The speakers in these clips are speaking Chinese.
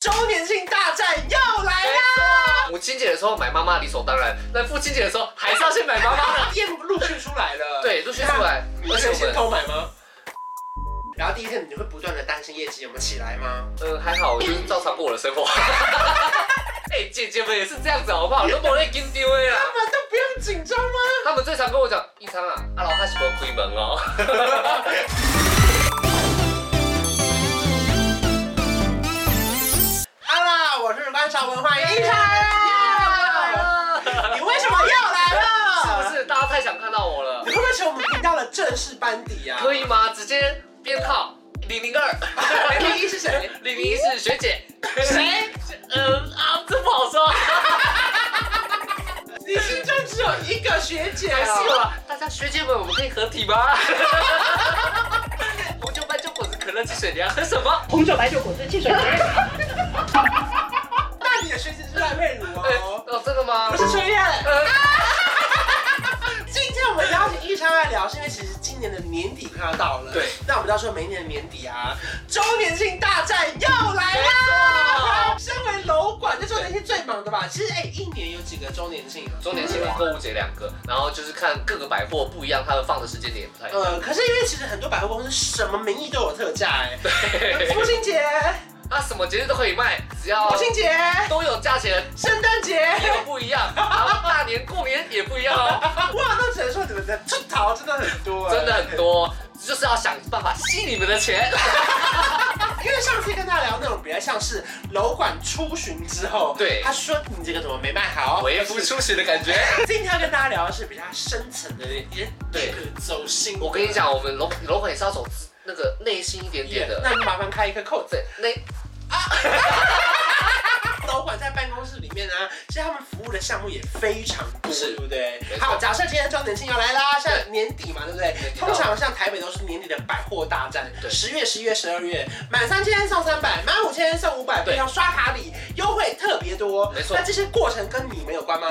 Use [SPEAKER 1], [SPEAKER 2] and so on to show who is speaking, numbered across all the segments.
[SPEAKER 1] 周年庆大战又来啦！
[SPEAKER 2] 母亲节的时候买妈妈理所当然，那父亲节的时候还是要先买妈妈 的。
[SPEAKER 1] 业务陆续出来了，
[SPEAKER 2] 对，陆续出来，
[SPEAKER 1] 你
[SPEAKER 2] 而且
[SPEAKER 1] 是
[SPEAKER 2] 我
[SPEAKER 1] 先
[SPEAKER 2] 们
[SPEAKER 1] 偷买吗？然后第一天你会不断的担心业绩有没有起来吗？
[SPEAKER 2] 嗯还好，就是照常过我的 生活。哎，姐姐们也是这样子好不好？都不会跟丢的啦。
[SPEAKER 1] 们都不用紧张吗？
[SPEAKER 2] 他们最常跟我讲，一昌啊，阿老他喜欢开门哦。
[SPEAKER 1] 好啦，我是观察文化一
[SPEAKER 2] 来
[SPEAKER 1] 台。
[SPEAKER 2] 了，
[SPEAKER 1] 你为什么又来
[SPEAKER 2] 是
[SPEAKER 1] 了？
[SPEAKER 2] 不是？大家太想看到我了
[SPEAKER 1] 你，会不会成我们频道的正式班底啊呀、
[SPEAKER 2] 可以吗？直接编号零零二，
[SPEAKER 1] 零零一是谁？
[SPEAKER 2] 零零一是学姐，
[SPEAKER 1] 谁？
[SPEAKER 2] 嗯啊，这不好说。
[SPEAKER 1] 你心中只有一个学姐
[SPEAKER 2] 还
[SPEAKER 1] 啊！
[SPEAKER 2] 是有啊，大家学姐们，我们可以合体吗？ 红酒、白酒、果汁、可乐、汽水，你要喝什么？
[SPEAKER 3] 红酒、白酒、果汁、汽水。
[SPEAKER 1] 那你的学姐是赖佩如
[SPEAKER 2] 哎
[SPEAKER 1] 哦，
[SPEAKER 2] 哦，这个吗
[SPEAKER 1] 不？是春燕。
[SPEAKER 2] 呃，
[SPEAKER 1] 今天我们邀请一昌来聊，是因为其实今年的年底快要到了。
[SPEAKER 2] 对
[SPEAKER 1] 那我们到时候每一年的年底啊，周年庆大战又来啦！身为楼管，这周年庆最忙的吧？其实哎、一年有几个周年庆啊？
[SPEAKER 2] 周年庆跟购物节两个，然后就是看各个百货不一样，它的放的时间点也不太一样。
[SPEAKER 1] 呃，可是因为其实很多百货公司什么名义都有特价哎、父
[SPEAKER 2] 对，哦
[SPEAKER 1] 亲节、
[SPEAKER 2] 啊，什么节日都可以卖，只要
[SPEAKER 1] 母亲节、
[SPEAKER 2] 都有价钱，
[SPEAKER 1] 圣诞节，
[SPEAKER 2] 也有不一样。然后大年过年也不一样哦，
[SPEAKER 1] 哇，那只能说你们的出逃真的很多、哎
[SPEAKER 2] 真的很多，就是要想办法吸你们的钱。
[SPEAKER 1] 因为上次跟他聊那种比较像是楼管出巡之后，
[SPEAKER 2] 对
[SPEAKER 1] 他说你这个怎么没卖好，
[SPEAKER 2] 为夫出巡的感觉。
[SPEAKER 1] 今天要跟大家聊的是比较深层的一些
[SPEAKER 2] 对
[SPEAKER 1] 走心。
[SPEAKER 2] 我跟你，讲，我们楼楼管也是要走那个内心一点点的。
[SPEAKER 1] 那你麻烦开一个扣子。
[SPEAKER 2] 对，那
[SPEAKER 1] 楼管在办公室里面呢、其实他们服务的项目也非常多，
[SPEAKER 2] 是
[SPEAKER 1] 对不对
[SPEAKER 2] 没？错
[SPEAKER 1] 好，假设今天周年庆要来啦，像
[SPEAKER 2] 对
[SPEAKER 1] 年底嘛，对不对
[SPEAKER 2] 年？底到
[SPEAKER 1] 通常像台北都是年底的百货大战，
[SPEAKER 2] 对
[SPEAKER 1] 十月、十一月、十二月，满三千送三百，满五千送五百，
[SPEAKER 2] 对
[SPEAKER 1] 平常刷卡礼优惠特别多。
[SPEAKER 2] 没错
[SPEAKER 1] 那这些过程跟你们有 关吗？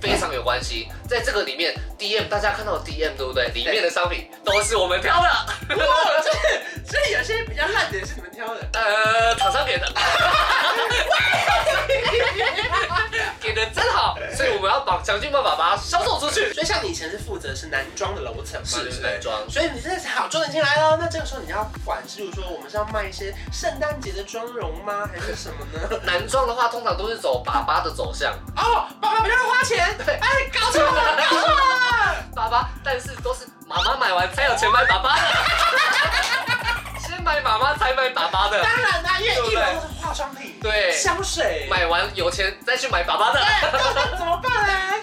[SPEAKER 2] 非常有关系。在这个里面，DM 大家看到的 DM 对不对？里面的商品都是我们挑的，
[SPEAKER 1] 哇，哦这这有些比较烂的也是你们挑的。
[SPEAKER 2] 呃，厂商给的， 给的真好，所以我们要把想尽办法把它销售出去。
[SPEAKER 1] 所以像你以前是负责是男装的楼层嘛，对
[SPEAKER 2] 是
[SPEAKER 1] 不
[SPEAKER 2] 是
[SPEAKER 1] 对
[SPEAKER 2] 男装，
[SPEAKER 1] 所以你这好周年庆来哦了，那这个时候你要管，例如说我们是要卖一些圣诞节的妆容吗，还是什么呢？
[SPEAKER 2] 男装的话，通常都是走爸爸的走向，
[SPEAKER 1] 哦，爸爸不要花钱， 哎，搞错了，搞错了。
[SPEAKER 2] 爸爸，但是都是妈妈买完才有钱买爸爸 的，先买妈妈才买爸爸的，
[SPEAKER 1] 当然啦，因
[SPEAKER 2] 对
[SPEAKER 1] 为
[SPEAKER 2] 不
[SPEAKER 1] 一
[SPEAKER 2] 对
[SPEAKER 1] 楼都是化妆品、
[SPEAKER 2] 对
[SPEAKER 1] 香水，
[SPEAKER 2] 买完有钱再去买爸爸的，
[SPEAKER 1] 哎，那怎么办
[SPEAKER 2] 一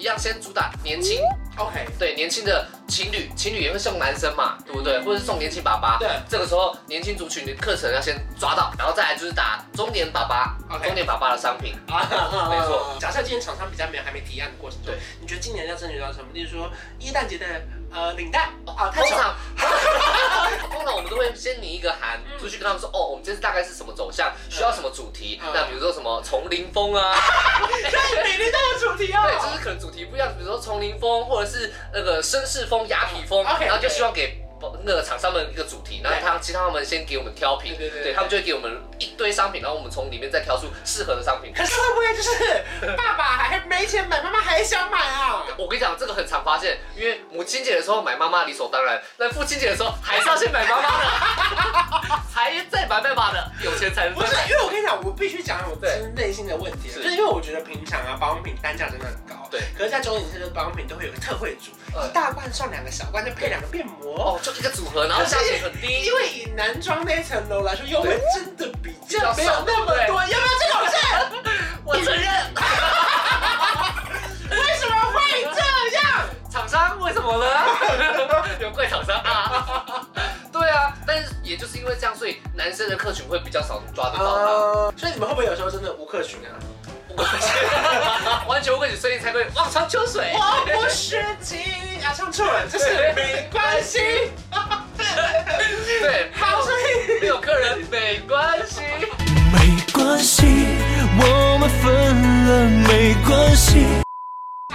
[SPEAKER 1] 嘞
[SPEAKER 2] 样先主打年轻。
[SPEAKER 1] ？OK，
[SPEAKER 2] 对年轻的情侣，情侣也会送男生嘛，对不对？或者是送年轻爸爸。
[SPEAKER 1] 嗯对
[SPEAKER 2] 这个时候年轻族群的课程要先抓到，然后再来就是打中年爸爸
[SPEAKER 1] OK
[SPEAKER 2] 中年爸爸的 商品。
[SPEAKER 1] 啊
[SPEAKER 2] 没错
[SPEAKER 1] 假设今天厂商比较没有还没提案的过程中
[SPEAKER 2] 对，
[SPEAKER 1] 你觉得今年要争取到什么？例如说耶诞节的呃领带，哦，太
[SPEAKER 2] 通
[SPEAKER 1] 少。
[SPEAKER 2] 常，通常我们都会先拟一个函
[SPEAKER 1] 嗯
[SPEAKER 2] 出去跟他们说，哦，我们这次大概是什么走向，需要什么主题
[SPEAKER 1] 嗯。
[SPEAKER 2] 那比如说什么丛林风啊，
[SPEAKER 1] 对，每年都有主题哦。
[SPEAKER 2] 对，就是可能主题不一样，比如说丛林风或者是那个绅士风、雅痞风，
[SPEAKER 1] OK，
[SPEAKER 2] 然后就希望给。那个厂商们一个主题，然后他其他他们先给我们挑品，
[SPEAKER 1] 对对对
[SPEAKER 2] 对他们就会给我们一堆商品，然后我们从里面再挑出适合的商品。
[SPEAKER 1] 可是会不会就是 爸爸还没钱买，妈妈还想买 啊？
[SPEAKER 2] 我跟你讲，这个很常发现，因为母亲节的时候买妈妈理所当然，那父亲节的时候还是要先买妈 妈的，才再买爸爸的，有钱才能
[SPEAKER 1] 不
[SPEAKER 2] 再
[SPEAKER 1] 是，
[SPEAKER 2] 买。
[SPEAKER 1] 因为我跟你讲，我必须讲我自己内心的问题，啊
[SPEAKER 2] 是
[SPEAKER 1] 就是因为我觉得平常啊，保养品单价真的很高，
[SPEAKER 2] 对。
[SPEAKER 1] 可是，在周年庆的保养品都会有个特惠组，
[SPEAKER 2] 嗯
[SPEAKER 1] 一大罐上两个小罐，再配两个面膜。
[SPEAKER 2] 哦，就一个组合，然后价钱很低
[SPEAKER 1] 因。为以男装那层楼来说，优惠真的比较没有那么
[SPEAKER 2] 对
[SPEAKER 1] 多，要不要这种事？
[SPEAKER 2] 我承认，
[SPEAKER 1] 为什么会这样？
[SPEAKER 2] 厂商为什 么呢？有怪厂商啊。对啊，但是也就是因为这样，所以男生的客群会比较少抓得到他。
[SPEAKER 1] 啊，所以你们会不会有时候真的无客群啊？
[SPEAKER 2] 不客气 完全不客气，所以才会望穿秋水。
[SPEAKER 1] 我不是金啊，唱错了，就是没关系。
[SPEAKER 2] 对，
[SPEAKER 1] 好，所以。
[SPEAKER 2] 没有客 人没关系。
[SPEAKER 4] 没关系，我们分了没关系。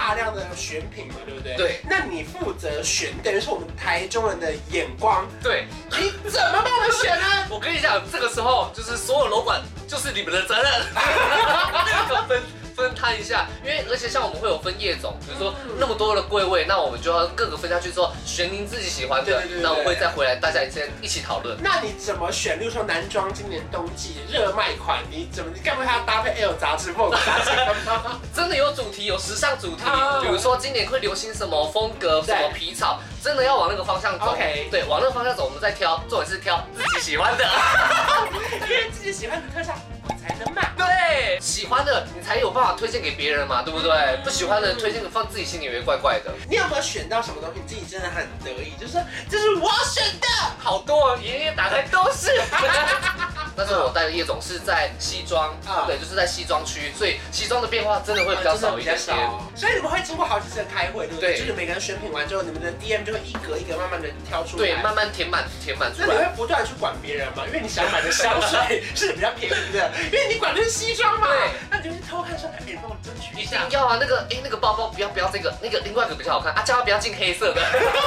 [SPEAKER 1] 好，聊量的选品嘛，对不对？
[SPEAKER 2] 对。
[SPEAKER 1] 那你负责选，等于是我们台中人的眼光，
[SPEAKER 2] 对，
[SPEAKER 1] 你哎怎么帮我们选呢？
[SPEAKER 2] 我跟你讲，这个时候就是所有楼管就是你们的责任，要分分摊一下，因为而且像我们会有分业种，比如说
[SPEAKER 1] 嗯
[SPEAKER 2] 那么多的柜位，那我们就要各个分下去之后，选您自己喜欢的
[SPEAKER 1] 对对对，对
[SPEAKER 2] 那我们会再回来大家先一起讨论。
[SPEAKER 1] 那你怎么选？例如说男装今年冬季热卖款，你怎么你干嘛还要搭配 L 杂志、Vogue 杂志干嘛？
[SPEAKER 2] 真的有主题，有时尚主题
[SPEAKER 1] 啊，
[SPEAKER 2] 比如说今年会流行什么风格，
[SPEAKER 1] 对
[SPEAKER 2] 什么皮草，真的要往那个方向走。
[SPEAKER 1] OK
[SPEAKER 2] 对，往那个方向走，我们再挑，重点是挑自己喜欢的。
[SPEAKER 1] 因为自己喜欢的特效我才能买。
[SPEAKER 2] 对，喜欢的你才有办法推荐给别人嘛，对不对？不喜欢的推荐放自己心里面怪怪的。
[SPEAKER 1] 你有没有选到什么东西？你自己真的很得意，就是说这是我选的。
[SPEAKER 2] 好多爷爷打开都是。 那时候我带的夜总是在西装
[SPEAKER 1] 啊，
[SPEAKER 2] 对，就是在西装区，所以西装的变化真的啊会比较少一点点。
[SPEAKER 1] 所以你们会经过好几次的开会，对不对？
[SPEAKER 2] 对
[SPEAKER 1] 就是每个人选品完之后，你们的 DM 就会一格一格慢慢的挑出来。
[SPEAKER 2] 对，慢慢填满，填满出
[SPEAKER 1] 那你
[SPEAKER 2] 来。
[SPEAKER 1] 会不断地去管别人吗？因为你想买的香水是比较便宜的，因为你管的是西装嘛
[SPEAKER 2] 对。
[SPEAKER 1] 那你就去偷看说，哎，帮我争取一
[SPEAKER 2] 一
[SPEAKER 1] 下
[SPEAKER 2] 定。要啊！那个，哎、那个包包不要不要这个，那个另外一个比较好看啊，叫他不要进黑色的，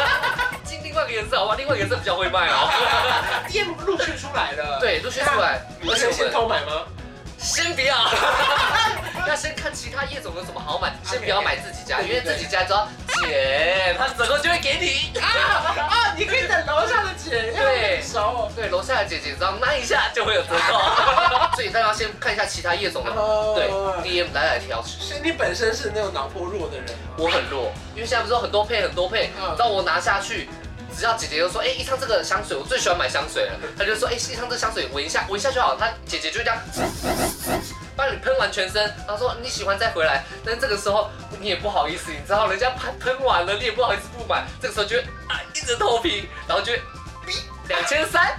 [SPEAKER 2] 进另外一个颜色好吧？另外一个颜色比较会卖哦。
[SPEAKER 1] DM 陆续出来了，，
[SPEAKER 2] 对，陆续出来，
[SPEAKER 1] 你
[SPEAKER 2] 而且
[SPEAKER 1] 们
[SPEAKER 2] 我
[SPEAKER 1] 先
[SPEAKER 2] 们
[SPEAKER 1] 偷买吗？
[SPEAKER 2] 先不要， 要先看其他夜总有什么好买，先不要买自己家，因为自己家只要姐，他折扣就会给你。
[SPEAKER 1] 啊，你可以等楼下的姐，因为
[SPEAKER 2] 对
[SPEAKER 1] 很熟。
[SPEAKER 2] 对，楼下的姐姐只要拉一下就会有折 扣，所以大家先看一下其他夜总的，对
[SPEAKER 1] 哦，
[SPEAKER 2] ，DM 来来挑选。
[SPEAKER 1] 所以你本身是那种脑波弱的人吗？
[SPEAKER 2] 我很弱，因为现在不是有很多配很多配
[SPEAKER 1] 嗯，
[SPEAKER 2] 让我拿下去。只要姐姐就说，哎、一上这个香水，我最喜欢买香水了。她就说，哎、一上这香水闻一下，闻一下就好。她姐姐就这样，帮你喷完全身，然后说你喜欢再回来。但是这个时候你也不好意思，你知道人家喷喷完了，你也不好意思不买。这个时候就会啊硬着头皮，然后就两千三，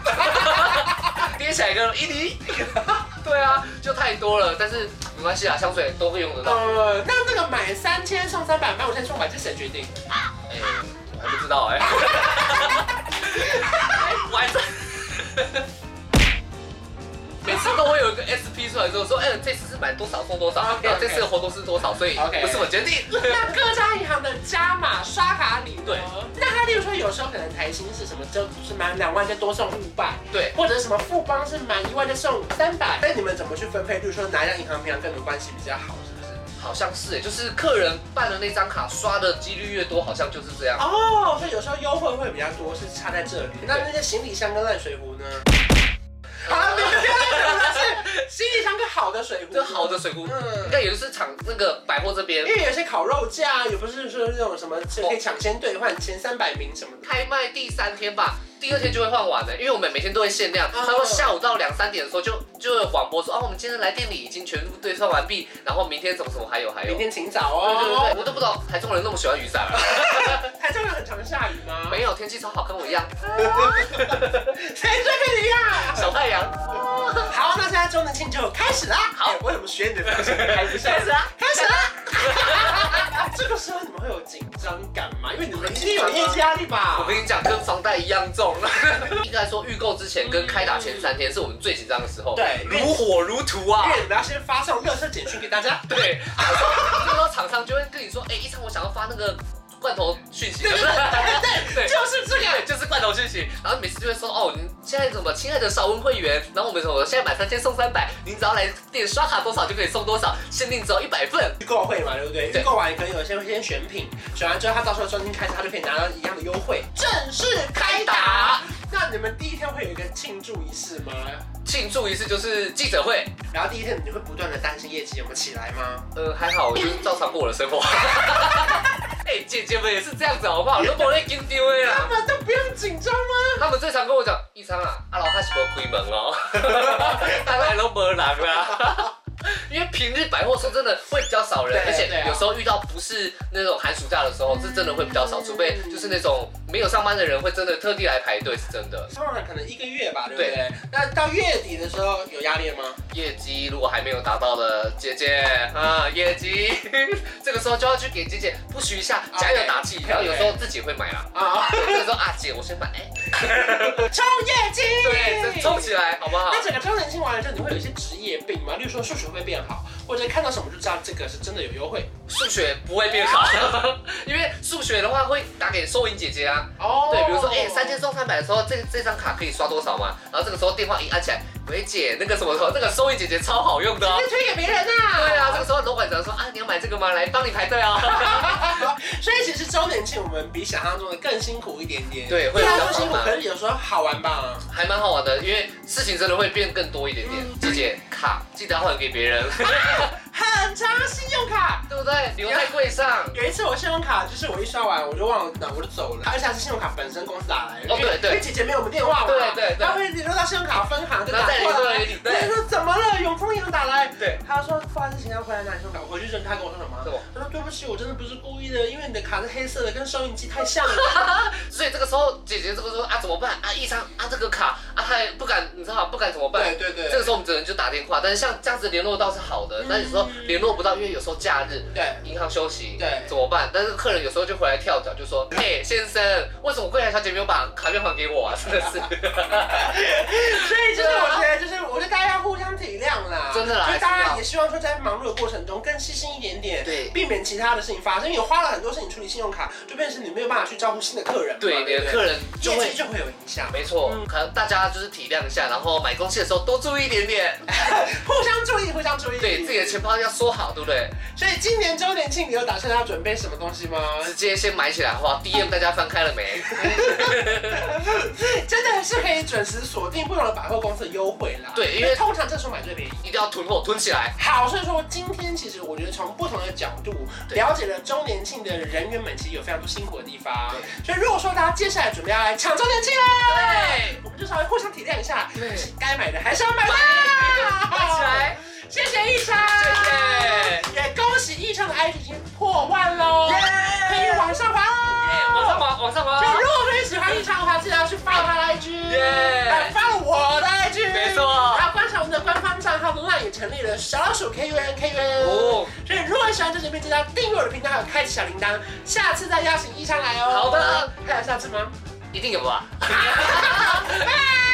[SPEAKER 2] 跌起来一个一零一。 对啊，就太多了，但是没关系啊，香水都会用得到。
[SPEAKER 1] 呃，那那个买三千送三百，买五千送五百，这谁决定？
[SPEAKER 2] 哎、我还不知道哎、 我还真。每次都会有一个 SP 出来之后说，哎、这次是买多少送多少
[SPEAKER 1] OK，OK
[SPEAKER 2] 然后这次的活动是多少，所以
[SPEAKER 1] OK
[SPEAKER 2] 不是我决定。
[SPEAKER 1] 那各家银行的加码刷卡礼呢
[SPEAKER 2] 对，
[SPEAKER 1] 那他例如说有时候可能台新是什么，就是满两万就多送五百，
[SPEAKER 2] 对，
[SPEAKER 1] 或者是什么富邦是满一万就送三百。那你们怎么去分配？例如说哪一家银行平常跟你们关系比较好，是不是？
[SPEAKER 2] 好像是哎、就是客人办的那张卡刷的几率越多，好像就是这样。
[SPEAKER 1] 哦，所以有时候优惠会比较多，是差在这里。那那些行李箱跟烂水壶呢？好了，没有不要再讲了，是行李箱跟好的水壶，
[SPEAKER 2] 这好的水壶，应
[SPEAKER 1] 嗯。
[SPEAKER 2] 该也就是厂那个百货这边
[SPEAKER 1] 因为有些烤肉架，也不是说那种什么可以抢先兑换前三百名什么的。
[SPEAKER 2] 开卖第三天吧，第二天就会换完了，因为我们每天都会限量，
[SPEAKER 1] 嗯
[SPEAKER 2] 差不多下午到两三点的时候就就会有广播说，哦，我们今天来店里已经全部兑换完毕，然后明天什么什么还有还有。
[SPEAKER 1] 明
[SPEAKER 2] 对
[SPEAKER 1] 天请早
[SPEAKER 2] 对对
[SPEAKER 1] 哦。
[SPEAKER 2] 对，我都不知道台中人那么喜欢雨伞，
[SPEAKER 1] 台中人很常下雨吗？
[SPEAKER 2] 没有天气超好，跟我一样，
[SPEAKER 1] 谁最跟你一样？啊
[SPEAKER 2] 小太阳。
[SPEAKER 1] 好，那现在周年庆就开始啦。
[SPEAKER 2] 好
[SPEAKER 1] 哎我怎么学你的表情 开不下？
[SPEAKER 2] 开始啦，
[SPEAKER 1] 开始啦。这个时候你们会有紧张感吗？因为你们一定有业绩压力吧？
[SPEAKER 2] 我跟你讲，跟房贷一样重。 应该说预购之前跟开打前三天是我们最紧张的时候，
[SPEAKER 1] 对
[SPEAKER 2] 如火如荼啊
[SPEAKER 1] 因。为你们要先发送热色简讯给大家。
[SPEAKER 2] 对，那时候厂 商就会跟你说，哎，一昌我想要发那个罐头讯息，
[SPEAKER 1] 对对对对对，
[SPEAKER 2] 对
[SPEAKER 1] 就是这个。
[SPEAKER 2] 对，就是罐头讯息，然后每次就会说哦，你现在怎么亲爱的少温会员，然后我们什么现在买三千送三百，您只要来店刷卡多少就可以送多少，限定只有一百份。
[SPEAKER 1] 预购会嘛，对不对？
[SPEAKER 2] 对
[SPEAKER 1] 预购完可能有些会先选品，选完之后他到时候专心开始，他就可以拿到一样的优惠。正式开打
[SPEAKER 2] 打。
[SPEAKER 1] 那你们第一天会有一个庆祝仪式吗？
[SPEAKER 2] 庆祝一次就是记者会，
[SPEAKER 1] 然后第一天你会不断的担心业绩有没有起来吗？
[SPEAKER 2] 呃，还好，我就是照常过我的生 活。哎、姐姐们也是这样子好不好？都不会跟丢的
[SPEAKER 1] 他
[SPEAKER 2] 啦。
[SPEAKER 1] 们都不用紧张吗？
[SPEAKER 2] 他们最常跟我讲，一昌啊，阿老他是无开门 哦，大概都无人啊。因为平日百货说真的会比较少人，
[SPEAKER 1] 对
[SPEAKER 2] 而且
[SPEAKER 1] 对啊
[SPEAKER 2] 有时候遇到不是那种寒暑假的时候，是真的会比较少，除非就是那种没有上班的人会真的特地来排队，是真的。
[SPEAKER 1] 通常可能一个月吧，对不对？那到月底的时候有压力吗？
[SPEAKER 2] 业绩如果还没有达到的姐姐啊，业绩 这个时候就要去给姐姐不许一下加油打气，
[SPEAKER 1] OK，
[SPEAKER 2] 然后有时候自己会买啦。
[SPEAKER 1] 啊，
[SPEAKER 2] 这个时候啊姐，我先买，哎，
[SPEAKER 1] 抽业绩，
[SPEAKER 2] 对，这冲起来好不好？
[SPEAKER 1] 那整个周年庆完了之后，你会有一些职业病吗？例如说数学会变好，或者看到什么就知道这个是真的有优惠
[SPEAKER 2] 数学不会变好， 因为数学的话会打给收银姐姐啊。
[SPEAKER 1] 哦
[SPEAKER 2] 对，比如说，哎、三千送三百的时候，这这张卡可以刷多少嘛？然后这个时候电话一按起来，喂姐，那个什么什么，那个收银姐姐超好用的哦。
[SPEAKER 1] 那推给别人呐、
[SPEAKER 2] 对啊，这个时候楼管长说啊，你要买这个吗？来帮你排队啊。
[SPEAKER 1] 所以其实周年庆我们比想象中的更辛苦一点点。
[SPEAKER 2] 对会
[SPEAKER 1] 虽然
[SPEAKER 2] 比较
[SPEAKER 1] 说辛苦，
[SPEAKER 2] 忙
[SPEAKER 1] 可是有时候好玩吧。
[SPEAKER 2] 还蛮好玩的，因为事情真的会变更多一点点。姐姐卡记得要还给别人，
[SPEAKER 1] 很长信用卡。
[SPEAKER 2] 对不对？留在 柜上。
[SPEAKER 1] 有一次我信用卡就是我一刷完我就忘了拿，我就走了，而且还是信用卡本身公司打来的，
[SPEAKER 2] 哦对对
[SPEAKER 1] 因为姐姐没有我们电话嘛，
[SPEAKER 2] 对对对
[SPEAKER 1] 她会联络到信用卡分行就
[SPEAKER 2] 然
[SPEAKER 1] 打
[SPEAKER 2] 后再
[SPEAKER 1] 过
[SPEAKER 2] 联络
[SPEAKER 1] 来，
[SPEAKER 2] 你对
[SPEAKER 1] 对，说怎么了，永丰银行打来，
[SPEAKER 2] 对，
[SPEAKER 1] 他说不好意思，请他回来拿信用卡，我回去之后他跟我说什
[SPEAKER 2] 什
[SPEAKER 1] 么
[SPEAKER 2] 么？
[SPEAKER 1] 他说对不起，我真的不是故意的，因为你的卡是黑色的，跟收银机太像了，
[SPEAKER 2] 所以这个时候，姐姐这个时候啊怎么办啊？一张啊这个卡啊，她也不敢，你知道吗？不敢怎么办？
[SPEAKER 1] 对对对嗯
[SPEAKER 2] 这个时候我们只能就打电话，但是像这样子联络到是好的，但有时候联络不到，因为有时候假日。
[SPEAKER 1] 对。
[SPEAKER 2] 银行休息，
[SPEAKER 1] 对嗯
[SPEAKER 2] 怎么办？但是客人有时候就回来跳脚，就说：“嘿，先生，为什么柜台小姐没有把卡片还给我啊？”真的是，
[SPEAKER 1] 所以就是我觉得，就是我觉得大家互相体谅啦，
[SPEAKER 2] 啊真的啦
[SPEAKER 1] 就是大
[SPEAKER 2] 还是
[SPEAKER 1] 家
[SPEAKER 2] 要
[SPEAKER 1] 也希望说在忙碌的过程中更细心一点点，
[SPEAKER 2] 对
[SPEAKER 1] 避免其他的事情发生。因为你花了很多事情处理信用卡，就变成你没有办法去照顾新的客人嘛，
[SPEAKER 2] 对，你的
[SPEAKER 1] 不
[SPEAKER 2] 客人就
[SPEAKER 1] 业
[SPEAKER 2] 会
[SPEAKER 1] 绩就会有影响，
[SPEAKER 2] 没错
[SPEAKER 1] 嗯，
[SPEAKER 2] 可能大家就是体谅一下，然后买东西的时候多注意一点点，
[SPEAKER 1] 嗯互相注意，互相注意，
[SPEAKER 2] 对自己的。钱包要收好，对不对？
[SPEAKER 1] 所以今年周年庆，你有打算要准备什么东西 吗？
[SPEAKER 2] 直接先买起来的话，DM 大家翻开了 没？
[SPEAKER 1] 真的是可以准时锁定不同的百货公司的优惠啦，
[SPEAKER 2] 对因为
[SPEAKER 1] 通常这时候买最便宜。
[SPEAKER 2] 一定要囤货囤起来。
[SPEAKER 1] 好，所以说今天其实我觉得从不同的角度
[SPEAKER 2] 对
[SPEAKER 1] 了解了周年庆的人员们，其实有非常多辛苦的地方。
[SPEAKER 2] 对
[SPEAKER 1] 所以如果说大家接下来准备要来抢周年庆啦，
[SPEAKER 2] 对，
[SPEAKER 1] 我们就稍微互相体谅一下
[SPEAKER 2] 对，
[SPEAKER 1] 该买的还是要买的。
[SPEAKER 2] 买起来，
[SPEAKER 1] 谢谢易昌，
[SPEAKER 2] 谢
[SPEAKER 1] 也恭喜易昌的 IG 已经破万喽，可以往上哦爬
[SPEAKER 2] 耶往上
[SPEAKER 1] 喽。
[SPEAKER 2] 爬，往上
[SPEAKER 1] 所以
[SPEAKER 2] 爬
[SPEAKER 1] 如。果说你喜欢易昌的话，记得要去 follow 他的 IG，
[SPEAKER 2] 耶
[SPEAKER 1] 还有 follow 我的 IG，
[SPEAKER 2] 没错
[SPEAKER 1] 然后观察我们的官方账号 LINE 也成立了小老鼠 KUN KUN。
[SPEAKER 2] 哦
[SPEAKER 1] 所以如果喜欢这期影片，记得要订阅我的频道，还有开启小铃铛，下次再邀请易昌来哦。
[SPEAKER 2] 好的，
[SPEAKER 1] 还有下次吗？
[SPEAKER 2] 一定有吧？
[SPEAKER 1] 拜拜。